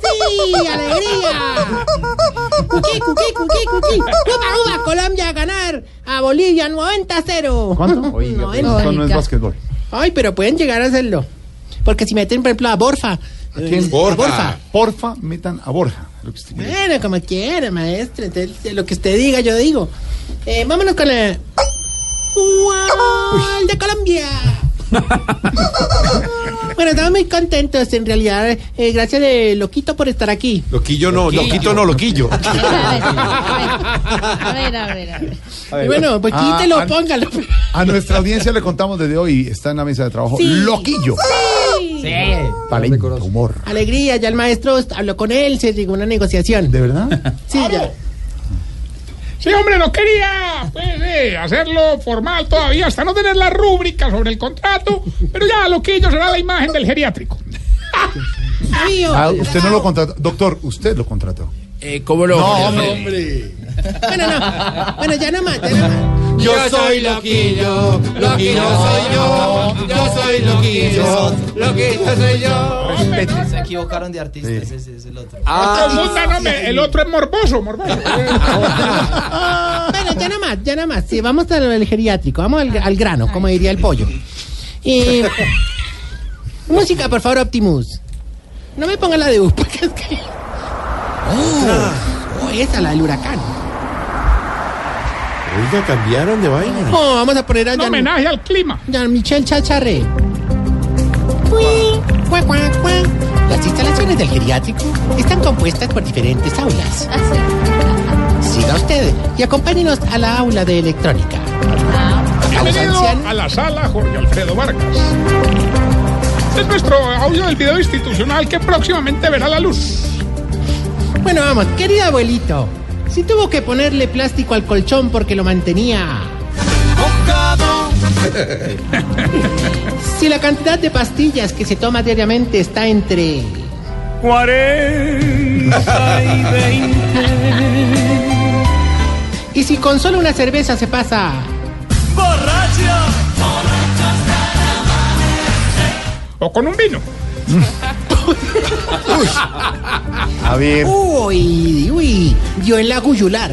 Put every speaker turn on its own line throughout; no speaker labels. ¡Sí! ¡Alegría! ¡Cuquí, cuquí, cuquí, cuquí! ¡Upa, upa! Colombia a ganar a Bolivia 90-0.
¿Cuánto? Oiga,
No, no,
pero esto no es
oiga.
básquetbol.
Ay, pero pueden llegar a hacerlo. Porque si meten, por ejemplo, a Borfa. eh, a
Borja.
Porfa, metan a Borja. Lo que usted quiere.
Bueno, como quiera, maestro. Entonces, de lo que usted diga, yo digo. Eh, vámonos con la... ¡Gol de Colombia! bueno, estamos muy contentos, en realidad. Eh, gracias, eh, Loquito, por estar aquí.
Loquillo no, loquito no, loquillo.
A ver, a ver, a ver, a ver.
A ver,
Y bueno, pues
a-
quítelo,
a-
póngalo.
A nuestra audiencia le contamos desde hoy, está en la mesa de trabajo,
Sí.
Loquillo. Talento, humor.
Alegría, ya el maestro habló con él, se llegó a una negociación.
¿De verdad?
Sí, ya.
Sí, hombre, no quería pues, eh, hacerlo formal todavía, hasta no tener la rúbrica sobre el contrato, pero ya lo que yo será la imagen del geriátrico.
Amigo,
Ah, usted no lo contrató. Doctor, usted lo contrató.
¿Cómo lo
hombre.
Bueno, no. Bueno, ya no más, ya no más.
Yo soy loquillo, loquillo soy yo, yo soy loquillo, loquillo soy yo.
Se equivocaron de artista, ese, ese es el otro.
Confundan, hombre, el otro es morboso, morboso.
Bueno, ya no más, ya no más. Sí, vamos al geriátrico, vamos al, al grano, como diría el pollo. Y- música, por favor, Optimus. No me ponga la de U, porque es que. Oh, oh, esa, la del huracán.
Oiga, cambiaron de vaina.
Oh, vamos a poner a
Un
Jan-
homenaje al clima.
Don Michel Chacharre. Cui, cuá, cuá, cuá. Las instalaciones del geriátrico están compuestas por diferentes aulas. Siga usted y acompáñenos a la aula de electrónica. A los
Bienvenido
ancianos.
a la sala Jorge Alfredo Vargas. Este es nuestro audio del video institucional que próximamente verá la luz.
Bueno, vamos, querido abuelito. Si tuvo que ponerle plástico al colchón porque lo mantenía. si la cantidad de pastillas que se toma diariamente está entre.
40 y 20.
Y si con solo una cerveza se pasa.
¡Borracho!
O con un vino.
A ver,
Uy, uy, dio en la guyular.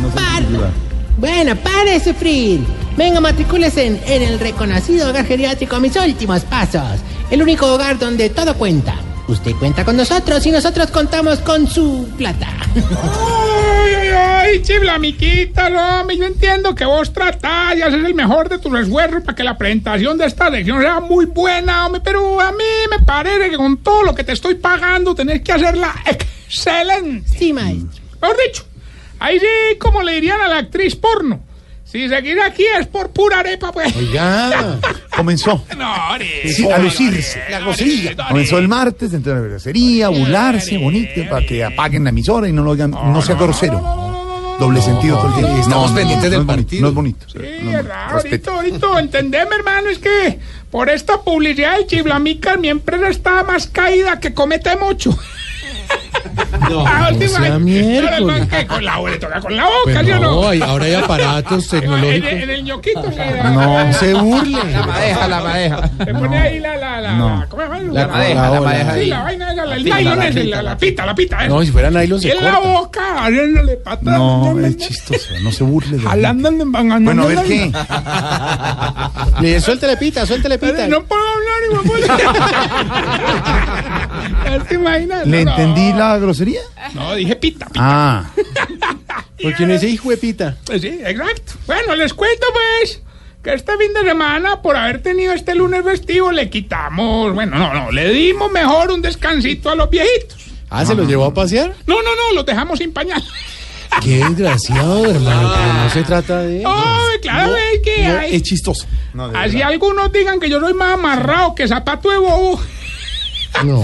no sé si ayuda.
Bueno, para de sufrir. Venga, matricúlese en, en el reconocido hogar geriátrico Mis Últimos Pasos. El único hogar donde todo cuenta. Usted cuenta con nosotros y nosotros contamos con su plata.
Ay, ay, ay, chiblamiquita, no, hombre, yo entiendo que vos tratás y haces el mejor de tus esfuerzos para que la presentación de esta lección sea muy buena, hombre, pero a mí me parece que con todo lo que te estoy pagando tenés que hacerla excelente.
Sí, maestro.
Mejor dicho, ahí sí, como le dirían a la actriz porno, si seguir aquí es por pura arepa, pues...
Oiga, comenzó.
No, hombre,
Sí, a lucirse.
La cosilla.
Comenzó el martes, entró a la grosería, burlarse, bonito, para que apaguen la emisora y no lo hagan, no sea grosero. Doble sentido todo el día.
Estamos
No, no,
pendientes
no,
del
no es bonito,
partido.
No es bonito.
Sí,
no es
es
bonito.
raro,
Respete.
ahorita, ahorita, entendeme, hermano, es que por esta publicidad del Chiblamica mi empresa está más caída que comete mucho. No,
sea miércoles.
con la boca, toca con la boca, ¿sí o no? Ah,
ahora hay aparatos
En, en el ñoquito. sí, la-
No se burle.
madeja, la madeja.
Le pone ahí la, la, la,
No.
la- ¿cómo se llama?
La madeja, la madeja.
Sí,
ahí.
la vaina, esa, la, el nylon ese, la, la pita, la pita. esa.
No, si fuera nylon
y
se
en la
corta.
boca, haciéndole patada.
No, es chistoso. No se burle. de-
Jalándole,
Bueno, a ver qué.
Le suéltale pita, suéltale pita.
No puedo hablar, hijo de puta. ¿Te imaginas?
¿Le
No, no.
entendí la grosería?
No, dije pita, pita.
Ah,
Porque no es hijo de pita.
Pues sí, exacto. Bueno, les cuento pues que este fin de semana, por haber tenido este lunes festivo, le quitamos, bueno, no, no, le dimos mejor un descansito a los viejitos.
Ah, ¿se los llevó a pasear?
No, no, no, los dejamos sin pañal.
Qué desgraciado, hermano, pero Ah. no se trata de...
Oh, claro, es que hay.
Es chistoso.
Así algunos digan que yo soy más amarrado que zapato de bobo.
No.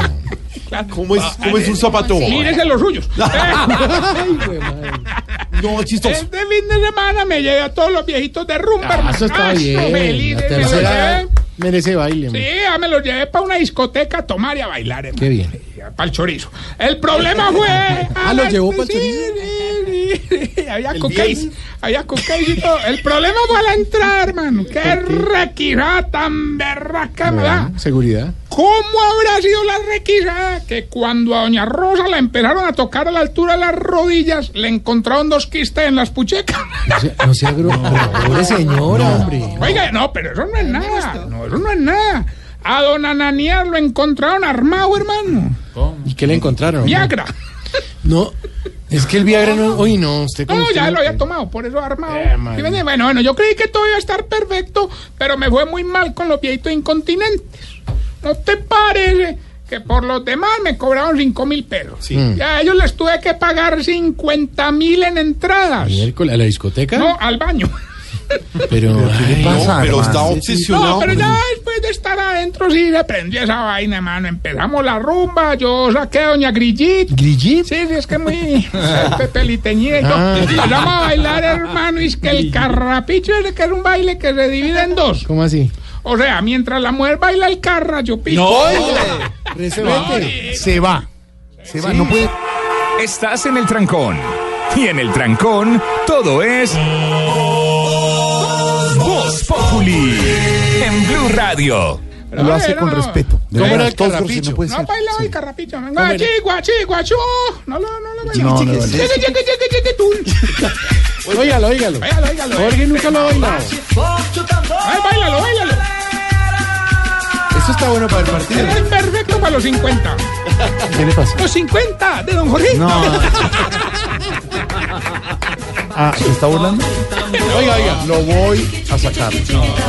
claro.
¿Cómo es, cómo es un zapato?
Mírese los suyos. Eh,
Ay, güey, madre.
No, chistoso.
Este fin de semana me llevé a todos los viejitos de rumba.
Ah, eso está
hermano. Ah,
bien.
felices,
La
me los
tercera
llevé.
merece baile.
Sí,
hombre.
ya me los llevé para una discoteca a tomar y a bailar. hermano.
Qué bien.
Para el chorizo. El problema fue. Ah,
¿lo llevó pa'l
chorizo. Había cocaína. Había cocaína y todo. El problema fue la entrada, hermano. Qué requisada tan berraca me da.
Bueno, seguridad.
¿Cómo habrá sido la requisada? Que cuando a Doña Rosa la empezaron a tocar a la altura de las rodillas, le encontraron dos quistes en las puchecas.
No sea, no sea gro- pero pobre señora, hombre.
Oiga, no, pero eso no es nada. No, eso no es nada. A don Ananías lo encontraron armado, hermano.
¿Y qué le encontraron? hombre?
Viagra.
No, es que el Viagra no. Uy, no, usted como.
No,
usted
ya
no-
lo había tomado, por eso armado.
Eh,
Sí,
madre.
bueno, bueno, bueno, yo creí que todo iba a estar perfecto, pero me fue muy mal con los viejitos incontinentes. ¿No te parece que por los demás me cobraron 5 mil pesos? Y a ellos les tuve que pagar 50 mil en entradas.
Miércoles, a la discoteca.
No, al baño.
Pero.
¿Qué le
ay,
pasa,
Pero está
hermano?
obsesionado.
No, pero ya después de estar adentro sí le prendí esa vaina, hermano. Empezamos la rumba, yo saqué a Doña Grillita.
¿Grillín?
Sí, sí, es que muy pepeliteñito.
Ah.
Vamos a bailar, hermano, y es que el carrapicho es que es un baile que se divide en dos.
¿Cómo así?
O sea, mientras la mujer baila el carra, yo pico.
Rece veinte.
Se va. Se va, no puede.
Estás en el trancón. Y en el trancón, todo es. Voz Populi. En Blue Radio.
Pero,
Lo
a
hace
ver,
con
no,
respeto. De
¿Cómo
verdad,
era el
todos groseros,
carrapicho?
no puede
No
ser.
bailaba
Sí.
el carrapicho. No, guachigua, guachiguachú. No lo, no lo bailaba.
No, no lo
Chiqui, chiqui, chiqui, chiqui, tú.
Óigalo, óigalo.
Báilalo, báilalo.
Jorge nunca lo ha bailado.
Ay, báilalo, báilalo.
Eso está bueno para el partido.
Es perfecto para los 50.
¿Qué le pasa?
Los 50 de Don Jorge.
No. Ah, ¿se está burlando?
Oiga, oiga.
Lo voy a sacar.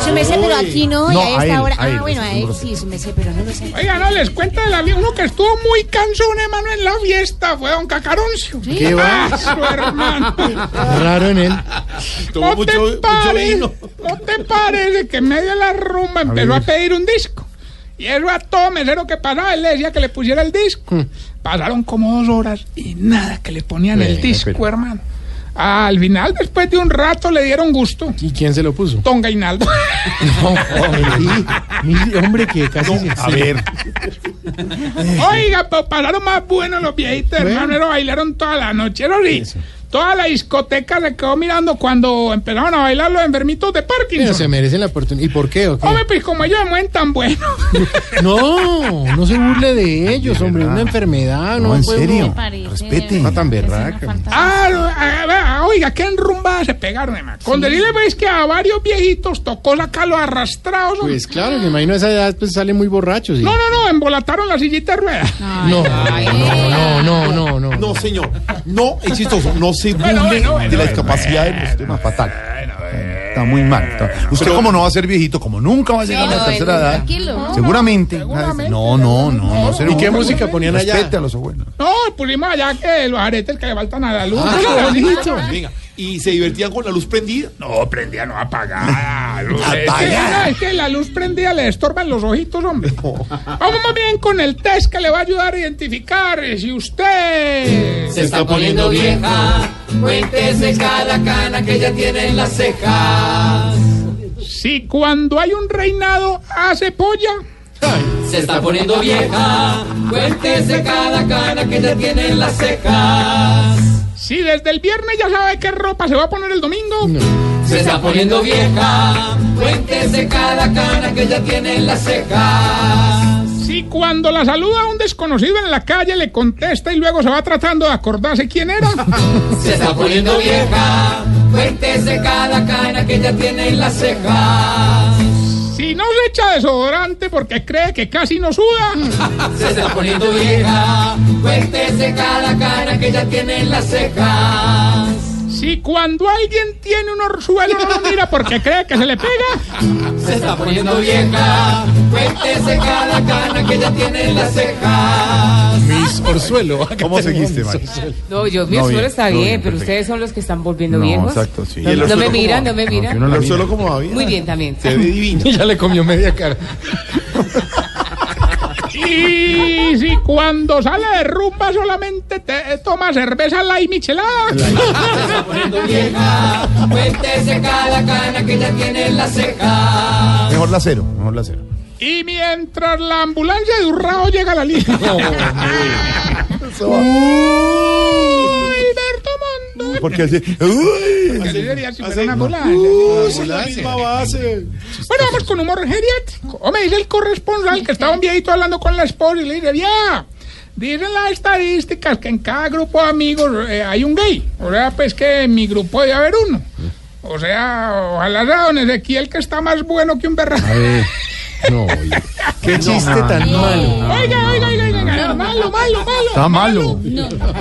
Se me sé, pero aquí no,
No,
y a
a
esta
él,
hora.
a él,
ah, bueno,
es
a
un
él
grosero.
sí, se me sé, pero no lo sé.
Oiga, no, les cuento del avión. Uno que estuvo muy cansón, hermano, en la fiesta fue Don Cacaroncio.
¿Qué va?
Ah, su hermano.
Raro en él.
no,
Tomó
te
mucho, mucho
pares,
vino.
no te pares de que en medio de la rumba empezó a,
ver.
pedir un disco. Y eso a todo mesero que pasaba, él le decía que le pusiera el disco. Pasaron como dos horas y nada que le ponían el
Venga,
disco, hermano. Al final, después de un rato, le dieron gusto.
¿Y quién se lo puso?
Don Gainaldo.
Mi- hombre, que casi. se-
A ver.
Oiga, pues pasaron más buenos los viejitos, hermano. pero bailaron toda la noche, ¿no? Sí. Toda la discoteca se quedó mirando cuando empezaron a bailar los enfermitos de
Pero se
Parkinson.
merecen la oportunidad. ¿Y por qué? o qué?
Hombre, pues como ellos se mueven tan bueno.
No, no se burle de ellos, hombre. Una enfermedad, no,
No, en
puede uno-
serio.
parece,
Respete.
Está tan berraca.
ah, no, ah, ah, oiga, qué enrumbada se pegaron, hermano. Con decirle, pues, que a varios viejitos tocó sacarlos arrastrados. hombre.
Pues claro, me imagino a esa edad pues salen muy borrachos. y-
No, no, no, embolataron la sillita de ruedas.
No, no, no, no, no,
No, señor. No, es chistoso. No se
Bueno,
burlen
bueno, bueno,
de la
bueno,
discapacidad de los
Es
demás.
más fatal. Está muy mal. Está- Usted,
Pero-
como no va a ser viejito, como nunca va a llegar a la
no,
tercera
no,
edad,
tranquilo.
seguramente.
Seguramente.
No, no, no.
¿eh?
no se
¿Y qué
burle.
música ponían allá?
Respete a los abuelos.
No, pusimos allá que los aretes que le faltan a la luz.
Ah, qué bonito.
Venga, ¿y se divertían con la luz prendida?
No, prendía, no apagada. luz.
Apagada.
Es que, no, es que la luz prendida le estorban los ojitos, hombre. Vamos más bien con el test que le va a ayudar a identificar si usted.
Se está poniendo vieja, cuéntese cada cana que ya tiene en las cejas.
Si cuando hay un reinado hace polla.
Se está poniendo vieja, cuéntese cada cana que ya tiene en las cejas.
Si desde el viernes ya sabe qué ropa se va a poner el domingo.
Se está poniendo vieja, cuéntese cada cana que ya tiene en las cejas.
Si cuando la saluda a un desconocido en la calle le contesta y luego se va tratando de acordarse quién era.
Se está poniendo vieja, cuéntese cada cana que ya tiene en las cejas.
Si no le echa desodorante porque cree que casi no suda.
Se está poniendo vieja, cuéntese cada cana que ya tiene en las cejas.
Si cuando alguien tiene un orzuelo no lo mira porque cree que se le pega.
Se está poniendo vieja, cuéntese cada cana que ya tiene en las cejas.
Mis Orzuelo.
¿Cómo seguiste, Mari?
No, yo, mi
No,
orzuelo
bien,
está
todo
bien,
bien,
pero
perfecto.
ustedes son los que están volviendo
No,
viejos.
exacto, sí.
No,
¿Y el
no
orzuelo
me
cómo
miran,
va?
no me
Que
miran.
uno la
¿El suelo
mira.
como había?
Muy bien también.
Se ve divino.
Ya le comió media cara.
Y sí, cuando sale de rumba solamente te- eh, toma cerveza la y michelada.
vieja, cuéntese cada cana que ya tiene en la ceja.
Mejor la cero, mejor la cero.
y mientras la ambulancia de Urrao llega a la línea. Alberto Mondo.
Porque así.
Ah,
¡Uy!
Así debería ser, pero una
no.
ambulancia.
es la misma base.
Bueno, vamos con humor geriátrico. O me dice el corresponsal que estaba un viejito hablando con la esposa y le dice, vieja, dicen las estadísticas que en cada grupo de amigos eh, hay un gay. O sea, pues que en mi grupo debe haber uno. O sea, ojalá sea don Ezequiel que está más bueno que un berraco.
No,
¡Qué chiste tan malo!
Oiga, oiga, oiga, oiga, oiga, malo, malo, malo.
Está malo.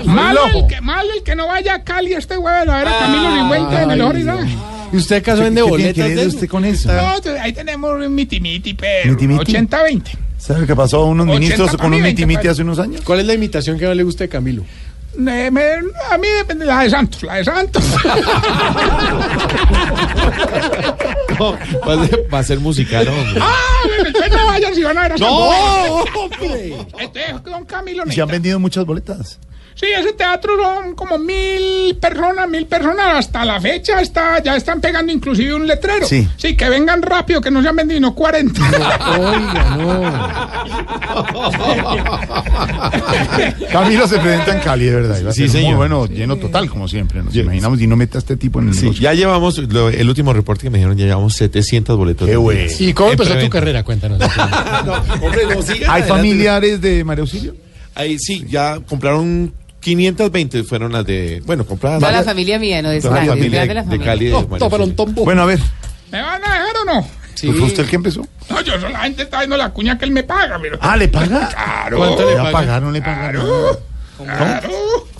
Malo
loco.
el, que, malo el que no vaya a Cali este huevo, a ver a Camilo Rivuelta en el horizonte.
¿Y usted acaso vende
¿Qué tiene
boletas?
que ver
de-
usted con eso?
No, entonces, ahí tenemos un mitimiti, pero
¿Mitimiti?
80-20.
¿Sabe qué pasó a unos
80
ministros
pa'
con un
mí,
mitimiti
20
hace unos años?
¿Cuál es la imitación que más le gusta de Camilo?
Eh, me- a mí depende la de Santos, la de Santos.
No, va, a ser, va a ser musical, hombre.
¡Ah! bueno, entonces no vayan si van a ver a Santos.
¡Oh, hombre!
Entonces, don
Y
Camilo
se han
necesita-
vendido muchas boletas.
Sí, ese teatro son como mil personas, mil personas. Hasta la fecha está, ya están pegando inclusive un letrero.
Sí.
que vengan rápido, que no se han vendido no 40.
Oiga, no.
Camilo se presenta en Cali, de verdad. Iba a
Sí,
ser Muy
señor.
bueno, lleno total, como siempre. Nos
Sí.
imaginamos y no meta a este tipo en el
Sí,
negocio.
ya llevamos, lo- el último reporte que me dieron, ya llevamos 700 boletas.
Qué
vendidas.
bueno.
¿Y cómo
En
empezó tu
preventa.
carrera? Cuéntanos.
No, hombre, no sigan
¿Hay
adelante.
familiares de María Auxilio?
Ahí sí, ya compraron 520, fueron las de. Bueno, compradas.
Toda la
varias-
familia mía, no es
toda la
grande, es
familia
grande
de,
la familia.
Cali. de María
Toparon
Auxilio.
tombo.
Bueno, a ver.
¿Me van a dejar o no?
¿Fue usted el que empezó?
No, yo solamente está dando la cuña que él me paga, pero.
Ah, ¿le paga?
Claro.
¿Cuánto le
paga?
pagaron? ¿Le pagaron?
Claro.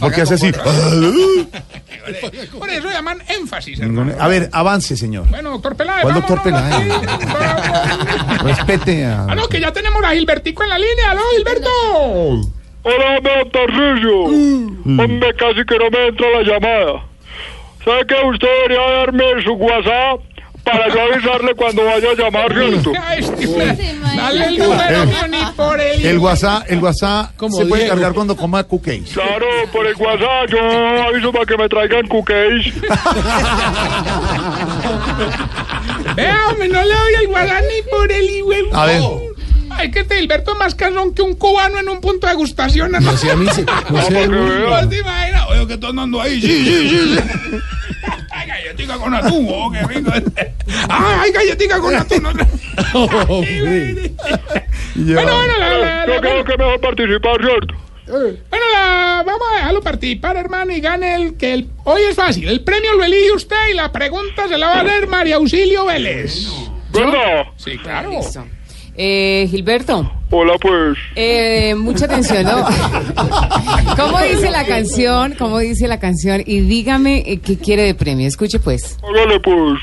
¿Por qué hace así?
Por eso llaman énfasis. hermano.
A ver, avance, señor.
Bueno, doctor Peláez.
¿Cuál
vámonos,
doctor Peláez?
vamos.
Respete a.
Ah, no, que ya tenemos a Gilbertico en la línea. ¡Aló, Gilberto!
Hola, hombre, don Tarcisio. Hombre, casi que no me entra la llamada. ¿Sabe que usted debería darme su WhatsApp para yo avisarle cuando vaya a llamar, cierto?
Ay, este, Dale el número, mío, ni por el...
El WhatsApp, el WhatsApp
Como
se puede
Diego.
cargar cuando coma cookies.
Claro, por el WhatsApp yo aviso para que me traigan cookies.
Vea, hombre, no le doy el WhatsApp ni por el igual.
A ver.
Ay, que este Gilberto es más casón que un cubano en un punto de gustación. No,
Sí, a mí se- no sé,
Para que vea.
te imaginas. Oye, que está andando ahí. Sí, sí, sí. sí. Ay, galletica con atún, oh, qué rico. Ay, galletica con atún.
hombre.
Bueno, bueno, la, la- la-
Yo creo que es mejor participar, cierto.
Bueno, la- vamos a dejarlo participar, hermano, y gane el que el- hoy es fácil. El premio lo elige usted y la pregunta se la va a hacer María Auxilio Vélez.
¿Verdad?
Sí, claro.
Listo. Eh, Gilberto,
Hola, pues.
eh, mucha atención, ¿no? ¿Cómo dice la canción? ¿Cómo dice la canción? Y dígame eh, qué quiere de premio. Escuche pues.
Hágale, pues.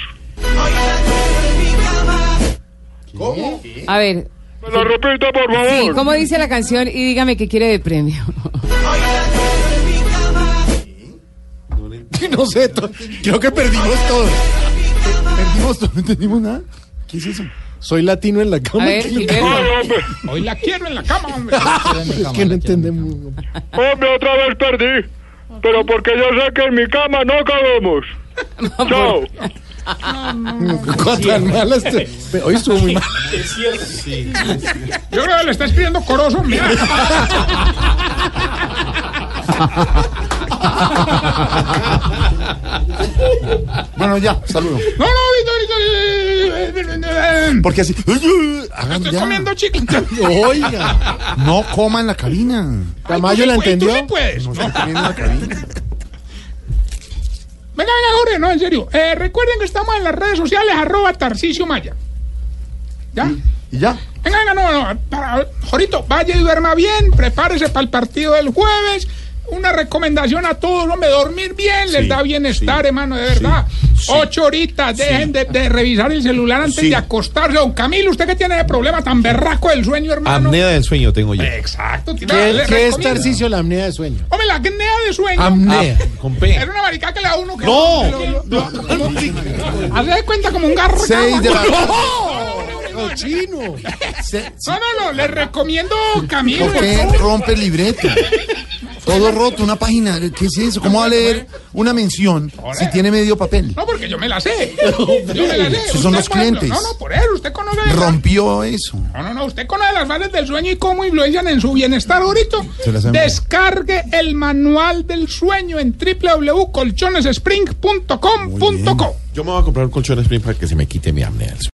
A ver,
Me la repita, por
sí,
favor.
¿cómo dice la canción? Y dígame qué quiere de premio.
No sé, to- creo que perdimos todo. Perdimos todo, no entendimos nada. ¿Qué es eso?
Soy latino en la cama.
A ver,
que-
Gilberto.
Ay, hombre.
Hoy la quiero en la cama, hombre.
que no entendemos.
Hombre, otra vez perdí. Pero porque yo sé que en mi cama no cabemos. Chao.
Cosas tan malas. te- Pe- Hoy estuvo muy mal.
Yo creo que le está escribiendo corozo, mira.
Bueno, ya, saludo.
No, no, Víctor, Víctor.
Porque así. Hagan
Estoy
ya.
comiendo chiquito.
Oiga.
No coma en la cabina.
Tamayo la entendió.
¿Tú sí puedes?
No se comiendo en la cabina.
Venga, venga, Jorge, no, en serio. Eh, recuerden que estamos en las redes sociales, arroba Tarcicio Maya. ¿Ya?
Y ya.
Venga, venga, no, no. para- Jorito, vaya y duerma bien, prepárese para el partido del jueves. Una recomendación a todos, hombre, dormir bien, les
Sí,
da bienestar,
sí,
hermano, de verdad.
sí.
Ocho horitas, dejen de, de revisar el celular antes
Sí.
de acostarse. Don Camilo, ¿usted qué tiene de problema tan berraco del sueño, hermano?
Apnea del sueño tengo yo.
Exacto. tiene- le
¿Qué, qué es
recomiendo.
Tarcicio la apnea de sueño?
Hombre, la apnea de sueño.
Amnea.
Con P.
Era una maricada que le da uno que
No.
que lo- lo- Haz de cuenta como un garro.
Seis de la-
No, no, no, no, no, no,
cochino.
No, no, no, les recomiendo Camilo.
¿Por qué rompe el libreto? Todo roto, una página. ¿Qué es eso? ¿Cómo va a leer una mención si tiene medio papel?
No, porque yo me la sé. Yo me la sé.
Esos son
Usted,
los
por ejemplo,
clientes.
No, no, por él, usted conoce.
Rompió eso.
No, no, no, usted conoce las bases del sueño y cómo influencian en su bienestar ahorita.
Se las envío.
Descargue el manual del sueño en www.colchonesspring.com.co.
Yo me voy a comprar un colchón Spring para que se me quite mi apnea.